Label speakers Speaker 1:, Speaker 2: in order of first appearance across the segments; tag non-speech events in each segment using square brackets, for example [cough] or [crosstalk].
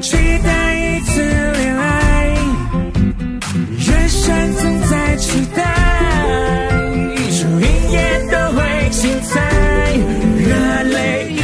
Speaker 1: 期待一次恋爱，人生总在期待，一出一夜都会精彩，热泪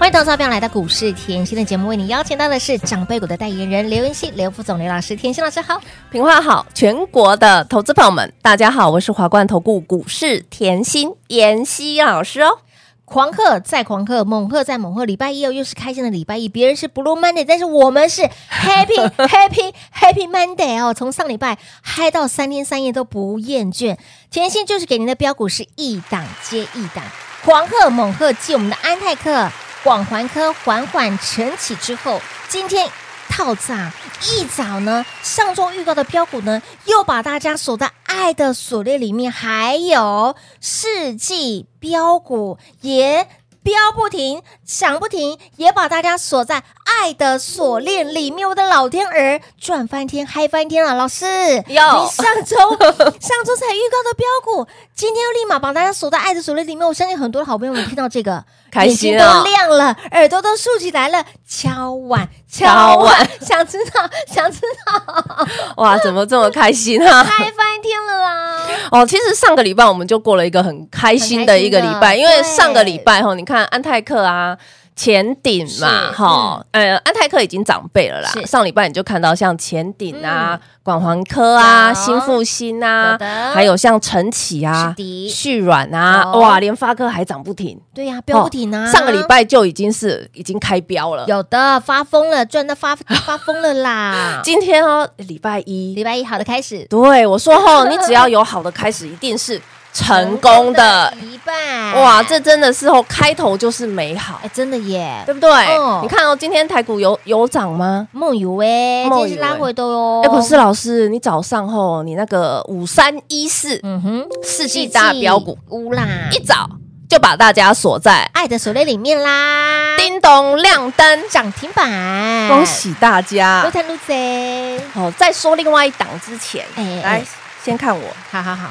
Speaker 2: 欢迎投资者朋友来到股市甜心的节目，为你邀请到的是长辈股的代言人刘文熙、刘副总、刘老师。甜心老师好，
Speaker 3: 平话好，全国的投资朋友们，大家好，我是华冠投顾股市甜心妍希老师哦。
Speaker 2: 狂贺再狂贺，猛贺再猛贺，礼拜一哦又是开心的礼拜一，别人是 Blue Monday，但是我们是 Happy Happy Happy Monday 哦，从上礼拜嗨到三天三夜都不厌倦。甜心就是给您的标股是一档接一档，狂贺猛贺继我们的安泰克、广环科缓缓晨起之后，今天套炸一早呢，上周预告的标股呢，又把大家锁在爱的锁链里面，还有世纪标股也。飙不停，涨不停，也把大家锁在爱的锁链里面。我的老
Speaker 3: [laughs]
Speaker 2: 天儿，赚翻天，嗨翻天了！老师，你
Speaker 3: 哟
Speaker 2: 上周上周才预告的标股，今天又立马把大家锁在爱的锁链里面。我相信很多的好朋友们听到这个，
Speaker 3: 开心
Speaker 2: 眼睛都
Speaker 3: 啊
Speaker 2: 亮了，耳朵都竖起来了。敲碗，敲
Speaker 3: 敲
Speaker 2: 碗 [laughs]
Speaker 3: 碗，
Speaker 2: 想知道，想知道，
Speaker 3: 哇，怎么这么开心啊？
Speaker 2: 嗨翻天了啦！
Speaker 3: 哦，其实上个礼拜我们就过了一个很开心的一个礼
Speaker 2: 很开
Speaker 3: 拜，
Speaker 2: 心的
Speaker 3: 因为上个礼拜哈，你看安泰克啊。前顶嘛，
Speaker 2: 是嗯
Speaker 3: 哈，呃，安泰克已经长辈了啦
Speaker 2: 是。嗯
Speaker 3: 上礼拜你就看到像前顶啊、广环科啊、
Speaker 2: 有
Speaker 3: 新复兴啊
Speaker 2: 有的，
Speaker 3: 还有像晨起啊
Speaker 2: 是、的
Speaker 3: 旭软啊，
Speaker 2: 有
Speaker 3: 哇，联发科还涨不停。
Speaker 2: [laughs] 对呀、标不停啊！
Speaker 3: 哦上个礼拜就已经是已经开标了。
Speaker 2: 有的发疯了，赚到发 [laughs] 发疯了啦！
Speaker 3: 今天哦，礼拜一，
Speaker 2: 礼拜一好的开始，
Speaker 3: 对我
Speaker 2: [laughs]
Speaker 3: 说后，你只要有好的开始，一定是成功的。
Speaker 2: 一半，
Speaker 3: 哇，这真的是哦，开头就是美好
Speaker 2: 哎、，真的耶
Speaker 3: 对！不对
Speaker 2: 哦？
Speaker 3: 你看哦，今天台股有有涨吗？
Speaker 2: 梦雨薇
Speaker 3: 梦
Speaker 2: 今天
Speaker 3: 雨薇
Speaker 2: 是拉回的哦。
Speaker 3: 哎，可是老师，你早上后你那个五三一四
Speaker 2: 嗯哼，
Speaker 3: 世纪大标股，
Speaker 2: 乌啦，
Speaker 3: 一早就把大家锁在
Speaker 2: 爱的锁链里面啦，
Speaker 3: 叮咚亮灯，
Speaker 2: 涨停板，
Speaker 3: 恭喜啊大
Speaker 2: 撸
Speaker 3: 家！
Speaker 2: 探撸贼，
Speaker 3: 好，在说另外一档之前，
Speaker 2: 哎
Speaker 3: 来
Speaker 2: 哎
Speaker 3: 先看我。
Speaker 2: 好好好，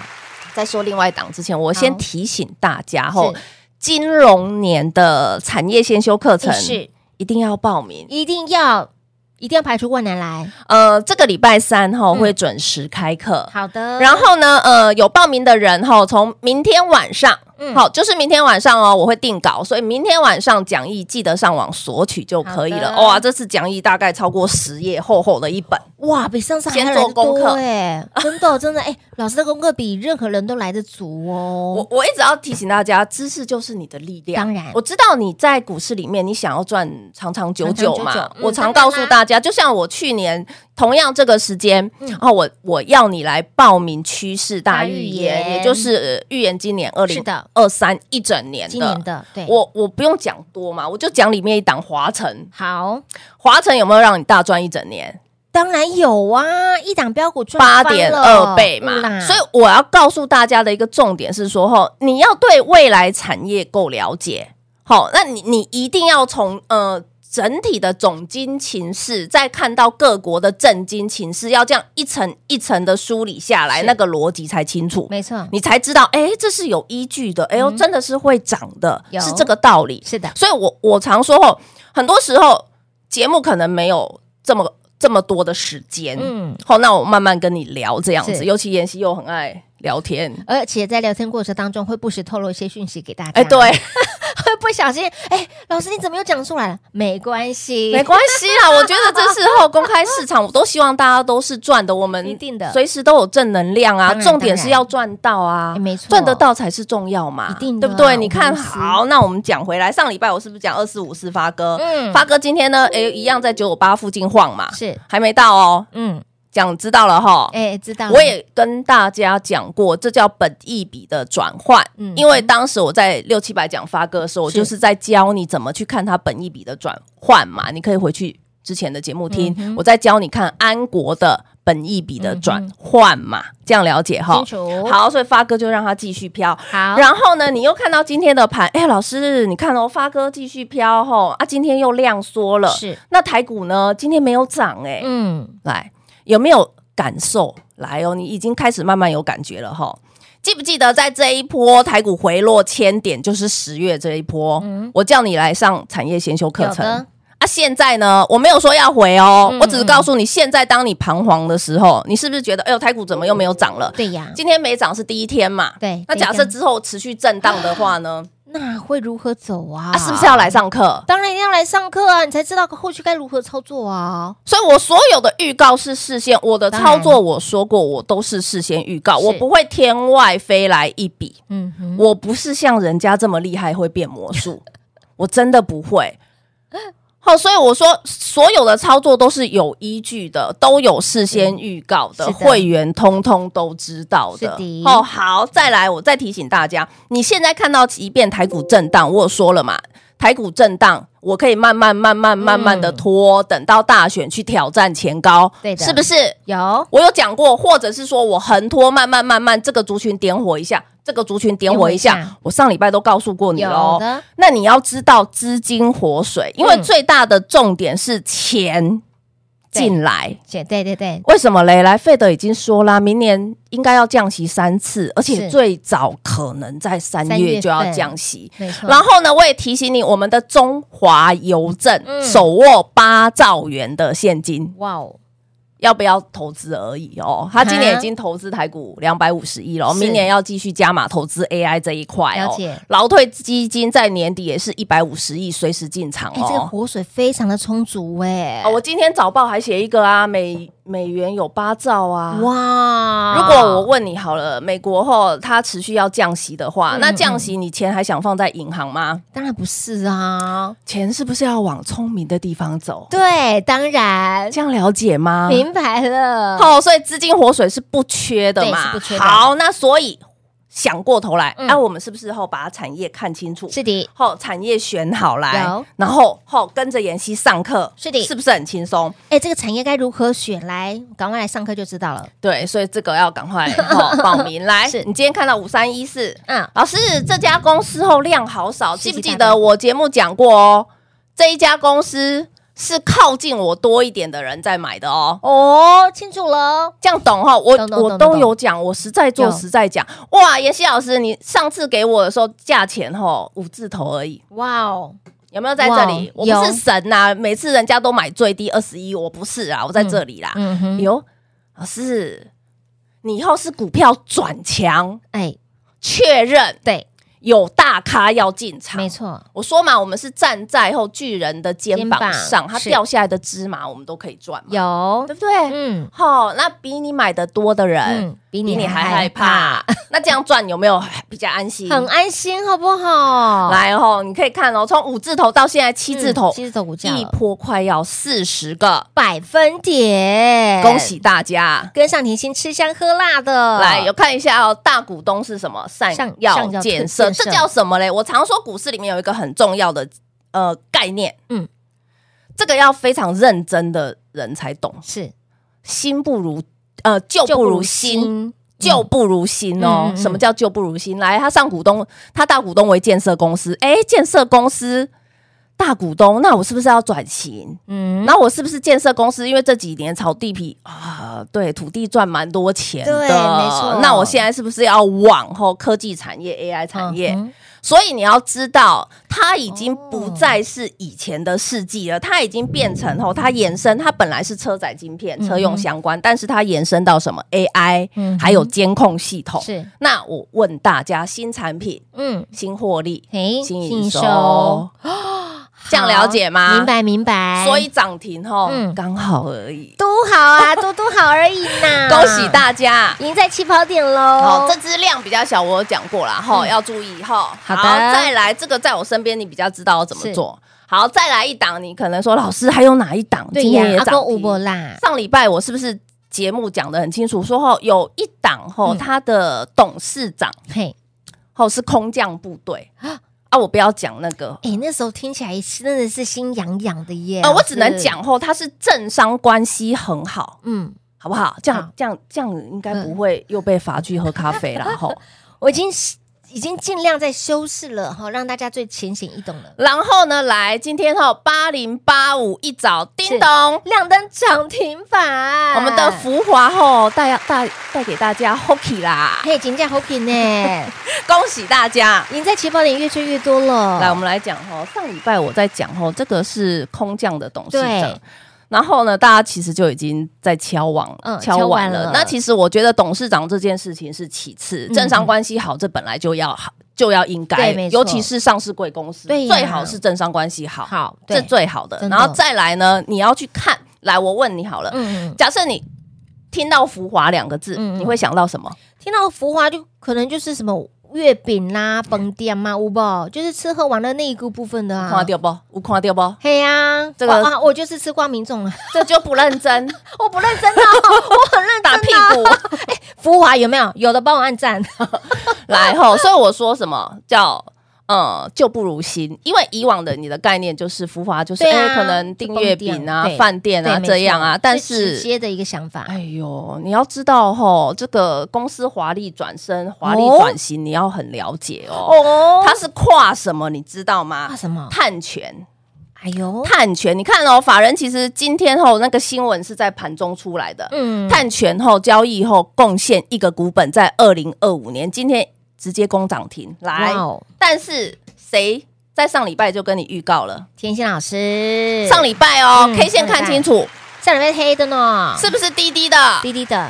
Speaker 3: 在说另外一档之前，我先
Speaker 2: 好
Speaker 3: 提醒大家吼，金融年的产业先修课程
Speaker 2: 哎是
Speaker 3: 一定要报名。
Speaker 2: 一定要一定要排除万难来。
Speaker 3: 呃，这个礼拜三吼
Speaker 2: 嗯
Speaker 3: 会准时开课。
Speaker 2: 好的，
Speaker 3: 然后呢，呃，有报名的人吼，从明天晚上，
Speaker 2: 嗯
Speaker 3: 好，就是明天晚上哦，我会定稿，所以明天晚上讲义记得上网索取就可以
Speaker 2: 好的
Speaker 3: 了。哇，这次讲义大概超过十页，厚厚的一本。
Speaker 2: 哇，比上次还
Speaker 3: 先
Speaker 2: 来
Speaker 3: 做
Speaker 2: 得多
Speaker 3: 功课 [laughs]
Speaker 2: 哎，真的真的哎，老师的功课比任何人都来得足
Speaker 3: 我
Speaker 2: 哦。
Speaker 3: 我一直要提醒大家，知识就是你的力量。
Speaker 2: 当然
Speaker 3: 我知道你在股市里面，你想要赚长长久久嘛。
Speaker 2: 长长久久
Speaker 3: 我
Speaker 2: 嗯
Speaker 3: 常告诉大家，就像我去年同样这个时间，
Speaker 2: 嗯
Speaker 3: 哦，我我要你来报名趋势大
Speaker 2: 大预
Speaker 3: 预言，
Speaker 2: 言
Speaker 3: 也就是呃预言今年二
Speaker 2: 是
Speaker 3: 零
Speaker 2: 的
Speaker 3: 二三一整年的。
Speaker 2: 今年的对，
Speaker 3: 我我不用讲多嘛，我就讲里面一档华晨，
Speaker 2: 好，
Speaker 3: 华晨有没有让你大赚一整年？
Speaker 2: 当然有啊，一档标股赚
Speaker 3: 八
Speaker 2: 翻
Speaker 3: 点
Speaker 2: 了
Speaker 3: 二倍
Speaker 2: 不啦
Speaker 3: 嘛。所以我要告诉大家的一个重点是说，吼，你要对未来产业够了解，好，那你你一定要从呃。整体的总经情势，再看到各国的政经情势，要这样一层一层的梳理下来，
Speaker 2: 是
Speaker 3: 那个逻辑才清楚，
Speaker 2: 没错，嗯
Speaker 3: 你才知道，哎，这是有依据的，哎呦，真的是会涨的，
Speaker 2: 有
Speaker 3: 是这个道理。
Speaker 2: 是的，
Speaker 3: 所以我我常说吼，很多时候节目可能没有这么这么多的时间，
Speaker 2: 嗯，
Speaker 3: 好，那我慢慢跟你聊这样
Speaker 2: 是
Speaker 3: 子。尤其妍希又很爱聊
Speaker 2: [laughs]
Speaker 3: 天，
Speaker 2: 而且在聊天过程当中会不时透露一些讯息给大家。
Speaker 3: 哎，，对，
Speaker 2: 会不小心，哎，老师你怎么又讲出来了？没关系，
Speaker 3: [laughs] 没关系啦。我觉得这时候公开市场，我都希望大家都是赚的，我们
Speaker 2: 一定的
Speaker 3: 随时都有正能量啊。
Speaker 2: 当然
Speaker 3: 重点
Speaker 2: 当
Speaker 3: 是
Speaker 2: 然
Speaker 3: 要赚到啊
Speaker 2: 哎，没错
Speaker 3: 赚得到才是重要嘛，
Speaker 2: 一定的
Speaker 3: 对不对？你
Speaker 2: 我
Speaker 3: 看，
Speaker 2: 们是
Speaker 3: 好，那我们讲回来，上礼拜我是不是讲二四五四发哥？
Speaker 2: 嗯
Speaker 3: 发哥今天呢，哎，一样在九五八附近晃嘛，
Speaker 2: 是，
Speaker 3: 还没到哦，
Speaker 2: 嗯，
Speaker 3: 讲知道了哈。
Speaker 2: 哎，知道了，
Speaker 3: 我也跟大家讲过，这叫本益比的转换。
Speaker 2: 嗯
Speaker 3: 因为当时我在六七百讲发哥的时候，我
Speaker 2: 是
Speaker 3: 就是在教你怎么去看它本益比的转换嘛。你可以回去之前的节目听，
Speaker 2: 嗯
Speaker 3: 我再教你看安国的本益比的转换嘛，这样了解哈
Speaker 2: 嗯清。楚
Speaker 3: 好，所以发哥就让它继续飘。
Speaker 2: 好
Speaker 3: 然后呢，你又看到今天的盘，哎，老师，你看哦，发哥继续飘吼啊，今天又量缩了。
Speaker 2: 是，
Speaker 3: 那台股呢，今天没有涨哎、
Speaker 2: 嗯，
Speaker 3: 来，有没有感受？来哦，你已经开始慢慢有感觉了哈。记不记得在这一波台股回落千点，就是十月这一波，我叫你来上产业先修课
Speaker 2: 嗯有
Speaker 3: 程
Speaker 2: 的
Speaker 3: 啊？现在呢，我没有说要回哦，
Speaker 2: 嗯
Speaker 3: 我只是告诉你，现在当你彷徨的时候，你是不是觉得，哎呦，台股怎么又没有涨了？
Speaker 2: 对呀，
Speaker 3: 今天没涨是第一天嘛？
Speaker 2: 对
Speaker 3: 那假
Speaker 2: 第一
Speaker 3: 设
Speaker 2: 天
Speaker 3: 之后持续震荡的话呢？
Speaker 2: [laughs] 那会如何走啊？
Speaker 3: 啊，是不是要？来上课？
Speaker 2: 当然一定要来上课啊，你才知道后续该如何操作啊。
Speaker 3: 所以我所有的预告是事先，我的
Speaker 2: 当然
Speaker 3: 操作我说过，我都是事先预告，
Speaker 2: 是
Speaker 3: 我不会天外飞来一笔，
Speaker 2: 嗯哼，
Speaker 3: 我不是像人家这么厉害会变魔术， [laughs] 我真的不会。好，所以我说所有的操作都是有依据的，都有事先预告的，
Speaker 2: 是的
Speaker 3: 会员通通都知道的
Speaker 2: 是。的
Speaker 3: 哦，好，再来，我再提醒大家，你现在看到即便台股震荡，我有说了嘛，台股震荡，我可以慢慢、慢慢、慢慢的拖，等到大选去挑战前高，
Speaker 2: 嗯对的
Speaker 3: 是不是？
Speaker 2: 有
Speaker 3: 我有讲过，或者是说我横拖，慢慢慢慢，这个族群点火一下，这个族群点火
Speaker 2: 点火
Speaker 3: 一
Speaker 2: 一
Speaker 3: 下
Speaker 2: 下。
Speaker 3: 我上礼拜都告诉过你了
Speaker 2: 有
Speaker 3: 哦。
Speaker 2: 的，
Speaker 3: 那你要知道资金活水，因为
Speaker 2: 嗯
Speaker 3: 最大的重点是钱进来。
Speaker 2: 姐，对对对，
Speaker 3: 为什么嘞？来，费德已经说啦，明年应该要降息三次，而且
Speaker 2: 是
Speaker 3: 最早可能在三
Speaker 2: 三月
Speaker 3: 月就要
Speaker 2: 份嗯
Speaker 3: 降息。
Speaker 2: 没错。
Speaker 3: 然后呢，我也提醒你，我们的中华邮政、
Speaker 2: 嗯
Speaker 3: 手握八兆元的现金，
Speaker 2: 哇哦，
Speaker 3: 要不要投资而已哦。他今年已经投资台股两百五十亿了，
Speaker 2: 是
Speaker 3: 明年要继续加码投资 AI 这一块
Speaker 2: 了
Speaker 3: 哦
Speaker 2: 解。
Speaker 3: 劳退基金在年底也是一百五十亿，随时进场
Speaker 2: 哎，这个
Speaker 3: 哦。
Speaker 2: 活水非常的充足哎
Speaker 3: 哦，，我今天早报还写一个啊，美美元有八兆啊。
Speaker 2: 哇
Speaker 3: 如果我问你好了，美国后它持续要降息的话，那降息你钱还想放在银行吗？
Speaker 2: 当然不是啊，
Speaker 3: 钱是不是要往聪明的地方走？
Speaker 2: 对，当然
Speaker 3: 这样了解吗？
Speaker 2: 明白了，
Speaker 3: 哦，所以资金活水是不缺的
Speaker 2: 嗯
Speaker 3: 嘛，
Speaker 2: 对是不缺的
Speaker 3: 好，那所以想过头来，哎、
Speaker 2: 嗯
Speaker 3: 我们是不是后把产业看清楚？
Speaker 2: 是的，
Speaker 3: 后产业选好来
Speaker 2: 有，
Speaker 3: 然后后跟着妍希上课，
Speaker 2: 是的
Speaker 3: 是不是很轻松？
Speaker 2: 哎，这个产业该如何选？来，赶快来上课就知道了。
Speaker 3: 对，所以这个要赶
Speaker 2: [laughs]
Speaker 3: 快哈报名来。
Speaker 2: 是
Speaker 3: 你今天看到五三一四，
Speaker 2: 嗯，
Speaker 3: 老师这家公司后量好少，
Speaker 2: 世纪
Speaker 3: 记不记
Speaker 2: 大
Speaker 3: 得我节目讲过哦？这一家公司是靠近我多一点的人在买的哦。
Speaker 2: 哦，清楚了，
Speaker 3: 这样懂哈？我
Speaker 2: 懂懂
Speaker 3: 我
Speaker 2: 懂懂
Speaker 3: 都有讲，我实在做
Speaker 2: 有
Speaker 3: 实在讲。哇，妍希老师，你上次给我的时候价钱哈五字头而已，
Speaker 2: 哇哦，
Speaker 3: 有没有在这里？
Speaker 2: 哇
Speaker 3: 我
Speaker 2: 有
Speaker 3: 不是神呐、每次人家都买最低二十一，我不是啊，我在这里啦。
Speaker 2: 嗯哼，
Speaker 3: 有、老师，你以后是股票转强，
Speaker 2: 哎，
Speaker 3: 确认
Speaker 2: 对，
Speaker 3: 有大咖要进场
Speaker 2: 没。错，
Speaker 3: 我说嘛，我们是站在后巨人的肩
Speaker 2: 肩
Speaker 3: 膀
Speaker 2: 膀
Speaker 3: 上，它
Speaker 2: 是
Speaker 3: 掉下来的芝麻我们都可以赚嘛，
Speaker 2: 有
Speaker 3: 对，不对？
Speaker 2: 嗯
Speaker 3: 好、那比你买的多的人，
Speaker 2: 嗯，比
Speaker 3: 呃比
Speaker 2: 你
Speaker 3: 你还
Speaker 2: 还
Speaker 3: 害
Speaker 2: 害
Speaker 3: 怕 [laughs]
Speaker 2: 怕，。
Speaker 3: 那这样赚有没有比较安心？
Speaker 2: 很安心，好不好？，嗯
Speaker 3: 来哦，你可以看哦，从五字头到现在七字头，
Speaker 2: 七字头股价
Speaker 3: 一
Speaker 2: 了，
Speaker 3: 波快要四十个，
Speaker 2: 百分点，
Speaker 3: 恭喜大家！
Speaker 2: 跟上甜心吃香喝辣的，
Speaker 3: 来，有看一下哦，大股东是什么？上
Speaker 2: 呃上
Speaker 3: 药
Speaker 2: 上药
Speaker 3: 建设，
Speaker 2: 建设
Speaker 3: 这叫什么嘞？我常说股市里面有一个很重要的呃概念，
Speaker 2: 嗯
Speaker 3: 嗯，这个要非常认真的人才懂，
Speaker 2: 是
Speaker 3: 新不如呃旧不如新，旧不如新哦。
Speaker 2: 嗯嗯嗯嗯
Speaker 3: 什么叫旧不如新？来，他上股东，他大股东为建设公司，哎，建设公司大股东，那我是不是要转型？
Speaker 2: 嗯，
Speaker 3: 那我是不是建设公司？因为这几年炒地皮啊，对，土地赚蛮多钱的，
Speaker 2: 对没错
Speaker 3: 那我现在是不是要往后科技产业、AI 产业？
Speaker 2: 嗯哼
Speaker 3: 所以你要知道，它已经不
Speaker 2: 哦
Speaker 3: 再是以前的世纪了，它已经变成哦，它延伸，它本来是车载晶片、车用相关，但是它延伸到什么 AI，、
Speaker 2: 嗯嗯哼
Speaker 3: 还有监控系统。
Speaker 2: 是
Speaker 3: 那我问大家，新产品、
Speaker 2: 嗯，
Speaker 3: 新获利、
Speaker 2: 诶
Speaker 3: 新
Speaker 2: 新
Speaker 3: 营
Speaker 2: 营
Speaker 3: 收
Speaker 2: 收，
Speaker 3: 这样了解吗？
Speaker 2: 明。白明白，
Speaker 3: 所以涨停吼，
Speaker 2: 嗯
Speaker 3: 刚好而已。
Speaker 2: 都好啊， [laughs] 都都好而已呐，
Speaker 3: 恭喜大家！
Speaker 2: 赢在起跑点喽，
Speaker 3: 好，这支量比较小，我有讲过啦，哈，要注意哈。
Speaker 2: 嗯好的
Speaker 3: 再来这个在我身边，你比较知道要怎么做。好，再来一档，你可能说老师还有哪一档？
Speaker 2: 对
Speaker 3: 今天也
Speaker 2: 呀，阿
Speaker 3: 涨
Speaker 2: 公吴
Speaker 3: 停
Speaker 2: 伯啦，
Speaker 3: 上礼拜我是不是节目讲的很清楚，说吼有一档吼，
Speaker 2: 嗯
Speaker 3: 他的董事长
Speaker 2: 嘿，
Speaker 3: 吼是空降部队。啊，我不要讲那个。
Speaker 2: 哎、那时候听起来真的是心痒痒的耶。
Speaker 3: 呃，我只能
Speaker 2: 老师，
Speaker 3: 讲后，它是政商关系很好，
Speaker 2: 嗯，
Speaker 3: 好不好？这样
Speaker 2: 好嗯
Speaker 3: 这样这样应该不会又被罚去喝咖
Speaker 2: [laughs]
Speaker 3: 啡了吼。
Speaker 2: 我已经已经尽量在修饰了哈，让大家最浅显易懂了。
Speaker 3: 然后呢，来今天哈八零八五一早叮咚，
Speaker 2: 亮灯涨停板，
Speaker 3: 我们
Speaker 2: 啊
Speaker 3: 的福华吼带带带给大家
Speaker 2: [laughs]
Speaker 3: hockey 啦，
Speaker 2: 嘿，金价好品呢，
Speaker 3: [laughs] 恭喜大家！
Speaker 2: 赢在起跑点越追越多了。
Speaker 3: [laughs] 来，我们来讲哦，上礼拜我在讲哦，这个是空降的董事长
Speaker 2: 对。
Speaker 3: 然后呢，大家其实就已经在敲碗，
Speaker 2: 嗯敲
Speaker 3: 敲
Speaker 2: 碗
Speaker 3: 碗
Speaker 2: 了嗯
Speaker 3: 了。那其实我觉得董事长这件事情是其次，政商关系好，这本来就要好，就要应该
Speaker 2: 对没，错
Speaker 3: 尤其是上市贵公司，
Speaker 2: 对呀
Speaker 3: 最好是政商关系好，
Speaker 2: 好，
Speaker 3: 这
Speaker 2: 对，
Speaker 3: 最好的。
Speaker 2: 真的
Speaker 3: 然后再来呢，你要去看，来，我问你好了，
Speaker 2: 嗯，嗯
Speaker 3: 假设你听到浮华两个字，
Speaker 2: 嗯嗯
Speaker 3: 你会想到什么？
Speaker 2: 听到浮华就可能就是什么月饼啦、本店嘛，有不？就是吃喝玩乐那一个部分的啊。
Speaker 3: 看到不？有看到不？
Speaker 2: 嘿呀，
Speaker 3: 这个
Speaker 2: 哇啊，我就是吃光明
Speaker 3: [laughs]
Speaker 2: 粽了，
Speaker 3: 这就不认真， [laughs]
Speaker 2: 我不认真的哦， [laughs] 我很认真
Speaker 3: 打
Speaker 2: 啊
Speaker 3: 屁股。
Speaker 2: [laughs] 浮华有没有？有的帮我按赞。
Speaker 3: 来吼，所以我说什么叫呃旧不如新，因为以往的你的概念就是浮华，就是
Speaker 2: 对
Speaker 3: 哎、
Speaker 2: 啊
Speaker 3: 可能订阅饼啊
Speaker 2: 就、
Speaker 3: 饭店啊
Speaker 2: 对没
Speaker 3: 这样啊，
Speaker 2: 错
Speaker 3: 但
Speaker 2: 最直
Speaker 3: 是。
Speaker 2: 接的一个想法，
Speaker 3: 哎呦，你要知道吼，这个公司华丽转身、华丽
Speaker 2: 哦
Speaker 3: 转型，你要很了解哦。
Speaker 2: 哦
Speaker 3: 它是跨什么，你知道吗？
Speaker 2: 怕什么？
Speaker 3: 碳权，
Speaker 2: 哎呦，
Speaker 3: 碳权，你看哦，法人其实今天吼那个新闻是在盘中出来的，
Speaker 2: 嗯
Speaker 3: 碳权后交易后贡献一个股本在二零二五年，今天直接攻涨停来
Speaker 2: 哇哦，
Speaker 3: 但是谁在上礼拜就跟你预告了？
Speaker 2: 甜心老师，
Speaker 3: 上礼拜哦、
Speaker 2: 嗯
Speaker 3: k 线看清楚，
Speaker 2: 上礼拜黑的呢，
Speaker 3: 是不啊是滴滴的？
Speaker 2: 滴滴的，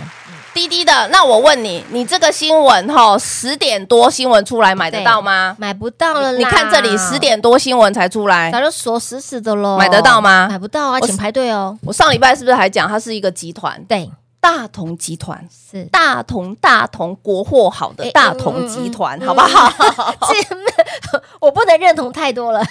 Speaker 3: 滴滴的。那我问你，你这个新闻哈，十点多新闻出来买得到吗？
Speaker 2: 买不到了啦。
Speaker 3: 啊你看这里十点多新闻才出来
Speaker 2: 早，就锁死死的喽，
Speaker 3: 买得到吗
Speaker 2: 买不到啊，
Speaker 3: 我
Speaker 2: 请排队哦。
Speaker 3: 我上礼拜是不是还讲它是一个集团？
Speaker 2: 对，
Speaker 3: 大同集团。
Speaker 2: 是
Speaker 3: 大同大同国货好的
Speaker 2: 哎
Speaker 3: 大同集团，
Speaker 2: 嗯嗯嗯
Speaker 3: 好不好？ [laughs]
Speaker 2: 这 [laughs] 我不能认同太多了。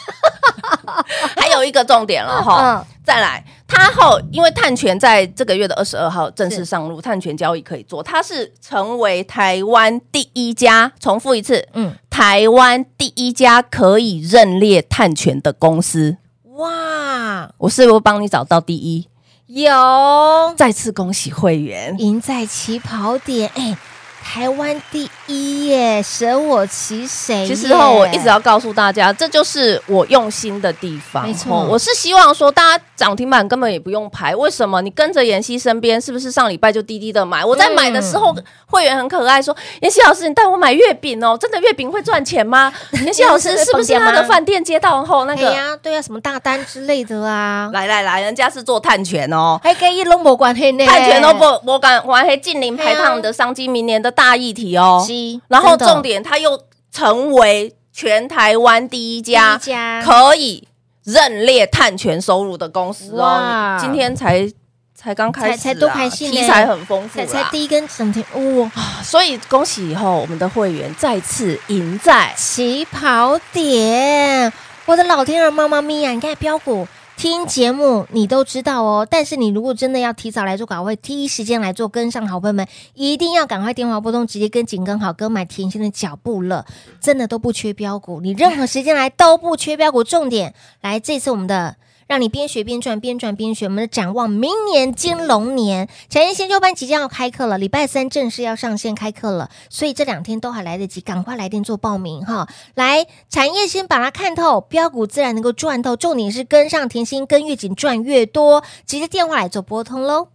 Speaker 3: 还有一个重点了哈，
Speaker 2: 嗯，
Speaker 3: 再来，它后因为碳权在这个月的二十二号正式上路，碳权交易可以做，它是成为台湾第一家，重复一次，
Speaker 2: 嗯
Speaker 3: 嗯，台湾第一家可以认列碳权的公司。
Speaker 2: 哇，
Speaker 3: 我是不是帮你找到第一？
Speaker 2: 有
Speaker 3: 再次恭喜会员，
Speaker 2: 赢在起跑点，哎，台湾第一耶，舍我其谁耶？
Speaker 3: 其实哦哈，我一直要告诉大家，这就是我用心的地方。
Speaker 2: 没错
Speaker 3: 吼我是希望说，大家涨停板根本也不用排。为什么？你跟着妍希身边，是不是上礼拜就滴滴的买？我在买的时候，会员很可爱说：“妍希老师，你带我买月饼哦，真的月饼会赚钱吗？”妍希老
Speaker 2: [laughs]
Speaker 3: 师是不是他的饭店接到后那
Speaker 2: 哎
Speaker 3: 个？
Speaker 2: 呀，对啊，什么大单之类的啊，
Speaker 3: 来来来，人家是做碳权哦。
Speaker 2: 还可以拢没关系呢，
Speaker 3: 碳权都不，我敢玩黑近零排烫的商机，明年的大议题哦。
Speaker 2: 啊是
Speaker 3: 然后
Speaker 2: 真的
Speaker 3: 重点，它又成为全台湾第一家
Speaker 2: 第一家
Speaker 3: 可以认列碳权收入的公司哦
Speaker 2: 哇。
Speaker 3: 今天才才刚开始啊，
Speaker 2: 才才多开心呢
Speaker 3: 题材很丰富
Speaker 2: 才才
Speaker 3: 啦。
Speaker 2: 第一根涨停，哇，
Speaker 3: 所以恭喜以后我们的会员再次赢在
Speaker 2: 起跑点！我的老天儿，妈妈咪呀、你看标股。听节目你都知道哦，但是你如果真的要提早来做岗位，第一时间来做跟上，好朋友们一定要赶快电话拨通，直接跟紧跟好跟买甜心的脚步了，真的都不缺标股，你任何时间来都不缺标股。重点来，这次我们的让你边学边赚，边赚边学，我们的展望明年金龙年产业先修班即将要开课了，礼拜三正式要上线开课了，所以这两天都还来得及，赶快来电做报名哈！来，产业先把它看透，标股自然能够赚透。重点是跟上甜心，跟越紧赚越多，直接电话来做拨通喽。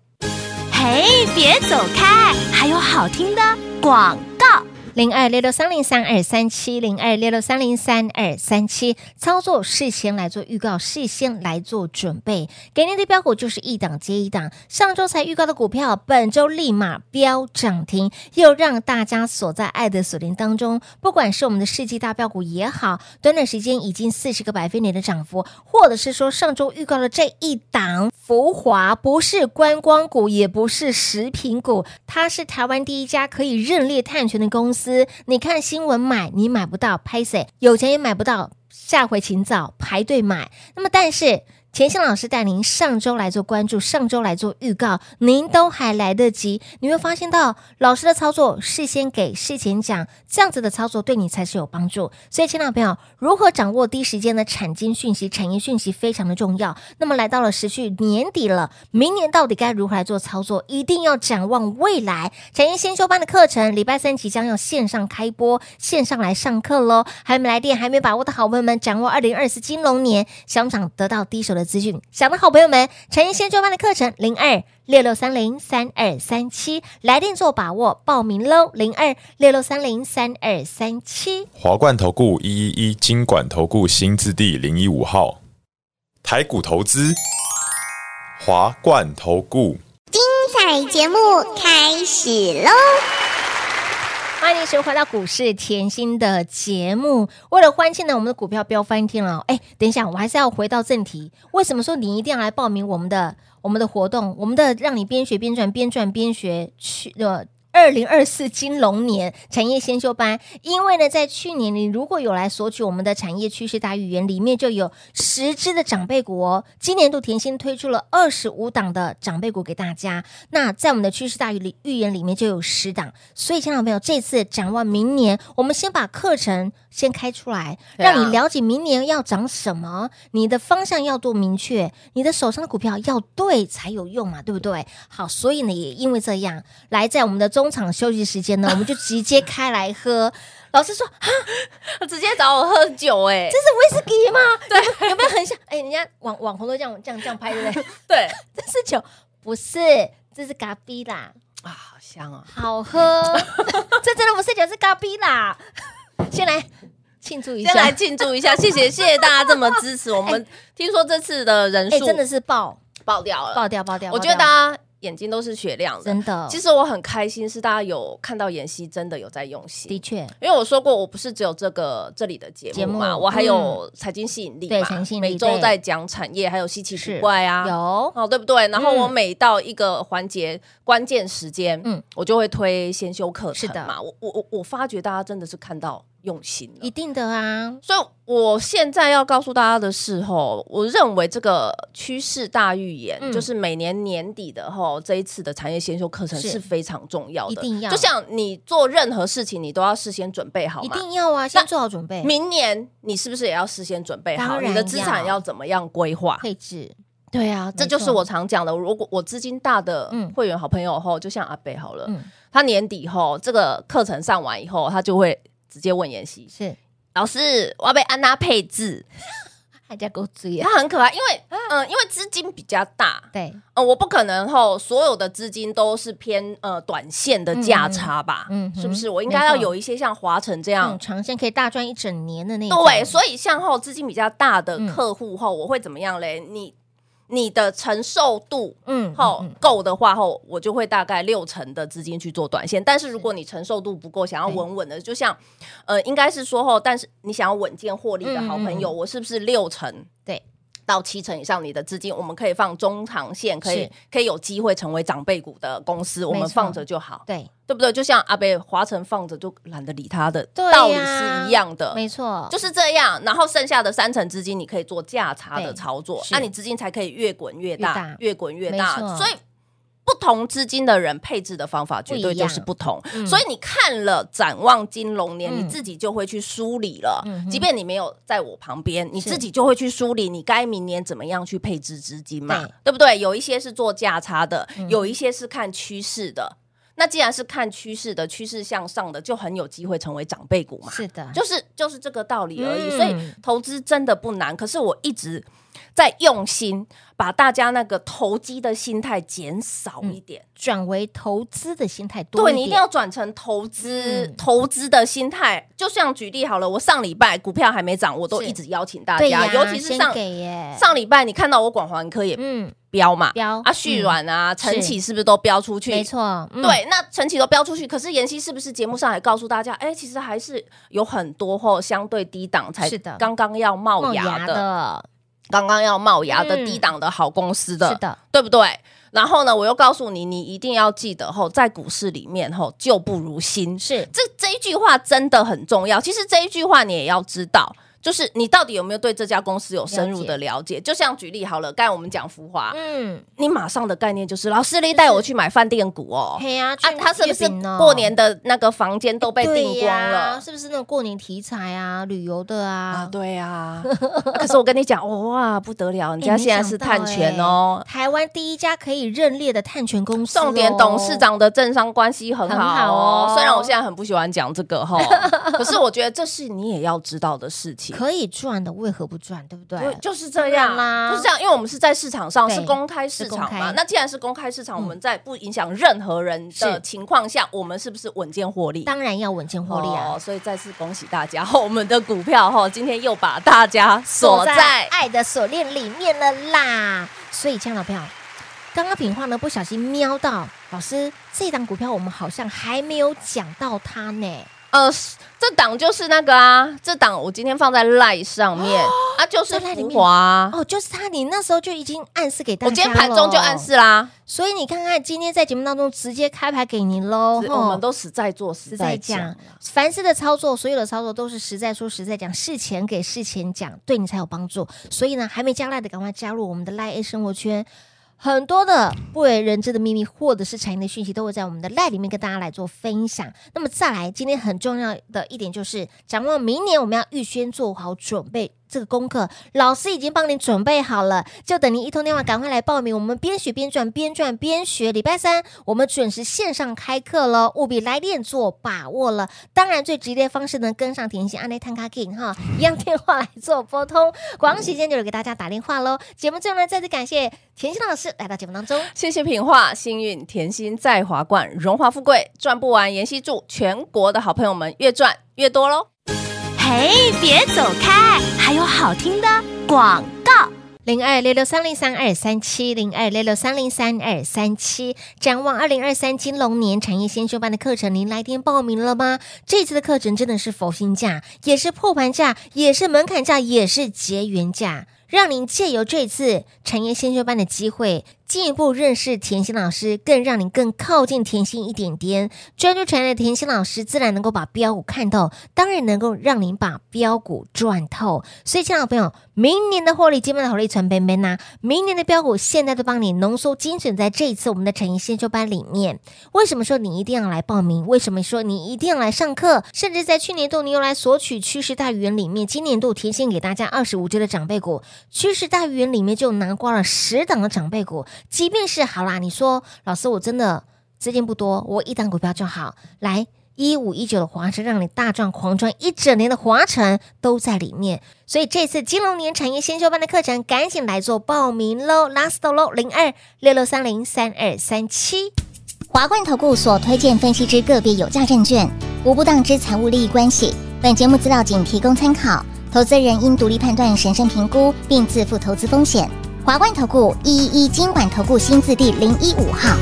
Speaker 4: 嘿，别走开，还有好听的广告。
Speaker 2: 零二六六三零三二三七零二六六三零三二三七，操作事先来做预告，事先来做准备。给您的标股就是一档接一档，上周才预告的股票，本周立马飙涨停，又让大家锁在爱的锁链当中。不管是我们的世纪大标股也好，短短时间已经四十个百分点的涨幅，或者是说上周预告的这一档浮华，不是观光股，也不是食品股，它是台湾第一家可以认列碳权的公司。你看新闻买，你买不到，拍谁有钱也买不到，下回请早排队买。那么但是。钱信老师带您上周来做关注，上周来做预告，您都还来得及。你会发现到老师的操作，事先给，事前讲，这样子的操作对你才是有帮助。所以，亲爱的朋友，如何掌握第一时间的产经讯息、产业讯息非常的重要。那么，来到了时序年底了，明年到底该如何来做操作？一定要展望未来。产业先修班的课程，礼拜三即将要线上开播，线上来上课喽。还没来电、还没把握的好朋友们，掌握二零二四金龙年，想不想得到第一手的资讯？想的好朋友们，产业先修班的课程零二。六六三零三二三七，来电做把握，报名喽！零二六六三零三二三七。
Speaker 5: 华冠投顾一一一金管投顾新字第零一五号，台股投资，华冠投顾。
Speaker 6: 彩节目开始喽！
Speaker 2: 欢迎收回到股市甜心的节目。为了欢庆呢，我们的股票飙翻天了哦。哎，等一下，我还是要回到正题。为什么说你一定要来报名我们的我们的活动？我们的让你边学边赚，边赚边学去呃。二零二四金龙年产业先修班，因为呢，在去年你如果有来索取我们的产业趋势大预言，里面就有十只的长辈股哦。今年度甜心推出了二十五档的长辈股给大家，那在我们的趋势大预里预言里面就有十档，所以，亲爱的朋友，这次展望明年，我们先把课程先开出来，
Speaker 3: 对啊
Speaker 2: 让你了解明年要涨什么，你的方向要多明确，你的手上的股票要对才有用嘛，对不对？好，所以呢，也因为这样，来在我们的中场休息时间呢，我们就直接开来喝。 [laughs] 老师说啊，
Speaker 3: [laughs] 直接找我喝酒哎、
Speaker 2: 这是威士忌吗？对，有没有很像？哎、人家网网红都这样这样 [laughs] 这样拍，对不对？
Speaker 3: 对
Speaker 2: 这是酒，不是，这是咖啡啦。
Speaker 3: 啊，好香啊！
Speaker 2: 好喝， [laughs] 这真的不是酒，是咖啡啦。 [laughs] 先来庆祝一下，
Speaker 3: [laughs] 先来庆祝一下，谢谢谢谢大家这么支持我 [laughs] 们。听说这次哎的人
Speaker 2: 哎、
Speaker 3: 数
Speaker 2: 真的是爆
Speaker 3: 爆掉了，
Speaker 2: 爆掉爆掉！
Speaker 3: 我觉得
Speaker 2: 爆掉
Speaker 3: 大家眼睛都是雪亮的
Speaker 2: 真。的，
Speaker 3: 其实我很开心，是大家有看到妍希真的有在用心，
Speaker 2: 的确
Speaker 3: 因为我说过，我不是只有这个这里的节
Speaker 2: 节
Speaker 3: 目
Speaker 2: 目嗯
Speaker 3: 嘛，我还有财经吸引力
Speaker 2: 对
Speaker 3: 嘛，
Speaker 2: 财经吸引力
Speaker 3: 每周
Speaker 2: 对
Speaker 3: 在讲产业，还有稀奇
Speaker 2: 是
Speaker 3: 古怪啊，
Speaker 2: 有
Speaker 3: 哦，对不对？然后
Speaker 2: 嗯
Speaker 3: 我每到一个环节关键时间，
Speaker 2: 嗯
Speaker 3: 嗯，我就会推先修课程
Speaker 2: 是的
Speaker 3: 嘛。我我我我发觉大家真的是看到用心了
Speaker 2: 一，定的啊，
Speaker 3: 所以我现在要告诉大家的是，吼，我认为这个趋势大预言，
Speaker 2: 嗯
Speaker 3: 就是每年年底的吼这一次的产业先修课程
Speaker 2: 是
Speaker 3: 是非常重要的，
Speaker 2: 一定要
Speaker 3: 就像你做任何事情，你都要事先准备好
Speaker 2: 一
Speaker 3: 嘛。
Speaker 2: 定要啊，先做好准备，
Speaker 3: 明年你是不是也要事先准备
Speaker 2: 当
Speaker 3: 好
Speaker 2: 然
Speaker 3: 你的资产
Speaker 2: 要
Speaker 3: 要怎么样规划？
Speaker 2: 配置
Speaker 3: 对啊，这
Speaker 2: 没
Speaker 3: 就是
Speaker 2: 错
Speaker 3: 我常讲的。如果我资金大的
Speaker 2: 嗯
Speaker 3: 会员好朋友后，就像阿北好了，
Speaker 2: 嗯
Speaker 3: 他年底后这个课程上完以后，他就会直接问妍希
Speaker 2: 是，
Speaker 3: 老师，我要被安娜配置。
Speaker 2: 还在给我追啊，
Speaker 3: 它很可爱，因为嗯、因为资金比较大，
Speaker 2: 对，
Speaker 3: 呃，我不可能吼所有的资金都是偏呃短线的价差吧，
Speaker 2: 嗯嗯嗯嗯
Speaker 3: 是不是？
Speaker 2: 嗯
Speaker 3: 我应该要
Speaker 2: 没错嗯
Speaker 3: 有一些像华晨这
Speaker 2: 那
Speaker 3: 样
Speaker 2: 种。长线可以大赚一整年的那种，
Speaker 3: 对，所以像后资金比较大的
Speaker 2: 嗯
Speaker 3: 客户后，我会怎么样嘞？你你的承受度
Speaker 2: 嗯
Speaker 3: 后
Speaker 2: 嗯嗯
Speaker 3: 够的话后，我就会大概六成的资金去做短线。但是如果你承受度不够，想要
Speaker 2: 对
Speaker 3: 稳稳的，就像呃，应该是说后，但是你想要稳健获利的好朋友，
Speaker 2: 嗯
Speaker 3: 我是不是六成？
Speaker 2: 对。
Speaker 3: 到七成以上，你的资金我们可以放中长线，可以
Speaker 2: 是
Speaker 3: 可以有机会成为长辈股的公司，我
Speaker 2: 没
Speaker 3: 们
Speaker 2: 错
Speaker 3: 放着就好，
Speaker 2: 对，
Speaker 3: 对不对？就像阿北华晨放着就懒得理他的
Speaker 2: 对
Speaker 3: 道理
Speaker 2: 呀
Speaker 3: 是一样的，
Speaker 2: 没错，
Speaker 3: 就是这样，然后剩下的三成资金你可以做价差的操作
Speaker 2: 对，是
Speaker 3: 那你资金才可以越滚越
Speaker 2: 越
Speaker 3: 大
Speaker 2: 大，
Speaker 3: 越滚越
Speaker 2: 没错
Speaker 3: 大。所以不同资金的人配置的方法绝
Speaker 2: 不
Speaker 3: 对
Speaker 2: 一样
Speaker 3: 就是不同
Speaker 2: 嗯。
Speaker 3: 所以你看了展望金龙年，
Speaker 2: 嗯
Speaker 3: 你自己就会去梳理了
Speaker 2: 嗯哼。
Speaker 3: 即便你没有在我旁边，你
Speaker 2: 是
Speaker 3: 自己就会去梳理你该明年怎么样去配置资金嘛
Speaker 2: 对，嗯
Speaker 3: 对不对？有一些是做价差的，有一些是看趋势的。那既然是看趋势的，趋势向上的，就很有机会成为长辈股嘛。
Speaker 2: 是的，
Speaker 3: 就是就是这个道理而已。
Speaker 2: 嗯
Speaker 3: 所以投资真的不难，可是我一直在用心把大家那个投机的心态减少一点。
Speaker 2: 转为投资的心态嗯多
Speaker 3: 对
Speaker 2: 一
Speaker 3: 你一
Speaker 2: 点，
Speaker 3: 定要转成投资、
Speaker 2: 嗯
Speaker 3: 投资的心态。就像举例好了，我上礼拜股票还没涨，我都
Speaker 2: 是
Speaker 3: 一直邀请大
Speaker 2: 对
Speaker 3: 家，
Speaker 2: 呀
Speaker 3: 尤其是
Speaker 2: 先
Speaker 3: 上
Speaker 2: 给耶，
Speaker 3: 上礼拜你看到我广环科也
Speaker 2: 嗯，
Speaker 3: 飙嘛，
Speaker 2: 飙
Speaker 3: 啊
Speaker 2: 嗯
Speaker 3: 旭软啊、晨
Speaker 2: 是
Speaker 3: 起是不是都飙出去？
Speaker 2: 没错，嗯，
Speaker 3: 对，那陈琦都标出去，可是妍希是不是节目上还告诉大家，哎、其实还是有很多吼相对低档才
Speaker 2: 是的
Speaker 3: 刚刚要冒
Speaker 2: 冒
Speaker 3: 芽
Speaker 2: 芽
Speaker 3: 的，
Speaker 2: 的，
Speaker 3: 刚刚要冒芽的
Speaker 2: 嗯
Speaker 3: 低档的好公司的，
Speaker 2: 是的，
Speaker 3: 对不
Speaker 2: 嗯
Speaker 3: 对？然后呢，我又告诉你，你一定要记得吼，在股市里面吼，旧不如新，
Speaker 2: 是
Speaker 3: 这这一句话真的很重要。其实这一句话你也要知道，就是你到底有没有对这家公司有深入
Speaker 2: 了解
Speaker 3: 的了解？就像举例好了，刚才我们讲浮华，
Speaker 2: 嗯，
Speaker 3: 你马上的概念就是老师你带我去买饭店股哦，
Speaker 2: 嘿呀，
Speaker 3: 啊，
Speaker 2: 去
Speaker 3: 他是不
Speaker 2: 月
Speaker 3: 是
Speaker 2: 饼哦哎
Speaker 3: 过年的那个房间都被
Speaker 2: 对
Speaker 3: 订光
Speaker 2: 呀
Speaker 3: 了？
Speaker 2: 是不是那种过年题材啊、旅游的
Speaker 3: 啊
Speaker 2: 啊，？
Speaker 3: 对
Speaker 2: [laughs]
Speaker 3: 啊，可是我跟你讲，哦哇，不得了，人
Speaker 2: 哎
Speaker 3: 家
Speaker 2: 没
Speaker 3: 现在
Speaker 2: 想
Speaker 3: 是
Speaker 2: 到
Speaker 3: 碳权哦
Speaker 2: 哎，台湾第一家可以认列的碳权公司哦，
Speaker 3: 重点董事长的政商关系很好
Speaker 2: 很好
Speaker 3: 哦
Speaker 2: 哦。
Speaker 3: 虽然我现在很不喜欢讲这
Speaker 2: [laughs]
Speaker 3: 个哈，可是我觉得这是你也要知道的事情。
Speaker 2: 可以赚的，为何不赚？对不对？
Speaker 3: 对，就是这样
Speaker 2: 当然啦
Speaker 3: 就是这样，因为我们是在市场上，
Speaker 2: 对
Speaker 3: 是公开市场
Speaker 2: 是公
Speaker 3: 嘛
Speaker 2: 开。嗯
Speaker 3: 那既然是公开市场，我们在不影响任何人的
Speaker 2: 是
Speaker 3: 情况下，我们是不是稳健获利？
Speaker 2: 当然要稳健获利啊
Speaker 3: 哦！所以再次恭喜大家， [laughs] 我们的股票哈，今天又把大家锁在
Speaker 2: 爱的锁啊链里面了啦。所以，亲爱的朋友，刚刚品化呢不小心瞄到老师这档股票，我们好像还没有讲到它呢。
Speaker 3: 呃，是这档就是那个啊，这档我今天放在 Line 上面、啊，就是
Speaker 2: 哦在 Line 里
Speaker 3: 浮
Speaker 2: 面
Speaker 3: 华啊、
Speaker 2: 哦，就是它，你那时候就已经暗示给大
Speaker 3: 我
Speaker 2: 家，
Speaker 3: 今天盘中就暗，示啦，
Speaker 2: 所以你看看今天在节目当中直接开牌给您喽。
Speaker 3: 是
Speaker 2: 哦吼
Speaker 3: 我们都实在做实
Speaker 2: 实在
Speaker 3: 在讲
Speaker 2: 讲
Speaker 3: 啦，，
Speaker 2: 凡事的操作，所有的操作都是实在说实在讲，事前给事前讲，对你才有帮助。所以呢，还没加赖的，赶快加入我们的赖 A 生活圈。很多的不为人知的秘密，或者是产业的讯息，都会在我们的赖里面跟大家来做分享。那么再来，今天很重要的一点就是，展望明年我们要预先做好准备，这个功课老师已经帮你准备好了，就等您一通电话，赶快来报名。我们边学边赚，边赚边学。礼拜三我们准时线上开课喽，务必来电做把握了。当然，最直接的方式呢，跟上啊甜心安内探卡 king 哈，一样电话来做拨通。广告时间就给大家打电话喽。节目最后呢，再次感谢甜心老师来到节目当中。
Speaker 3: 谢谢品画，幸运甜心在华冠，荣华富贵赚不完，妍希祝全国的好朋友们越赚越多喽！
Speaker 4: 嘿，别走开，还有好听的广告。
Speaker 2: 零二六六三零三二三七零二六六三零三二三七，展望二零二三金龙年产业先修班的课程，您来电报名了吗？这次的课程真的是佛心价，也是破盘价，也是门槛价，也是结缘价，让您借由这次产业先修班的机会，进一步认识甜心老师，更让您更靠近甜心一点点。专注产业的甜心老师，自然能够把标股看透，当然能够让您把标股赚透。所以，亲爱的朋友，明年的获利基本的红利传边边呐，明年的标股现在都帮你浓缩精选在这一次我们的产业先修班里面。为什么说你一定要来报名？为什么说你一定要来上课？甚至在去年度你用来索取趋势大语言里面，今年度提醒给大家二十五只的长辈股，趋势大语言里面就囊括了十档的长辈股。即便是好啦，你说老师，我真的资金不多，我一档股票就好，来。一五一九的华晨，让你大赚狂赚一整年的华晨都在里面，所以这次金融年产业先修班的课程，赶紧来做报名喽！last 喽，零二六六三零三二三七。
Speaker 6: 华冠投顾所推荐分析之个别有价证券，无不当之财务利益关系。本节目资料仅提供参考，投资人应独立判断、审慎评估，并自负投资风险。华冠投顾一一一金管投顾新字第零一五号。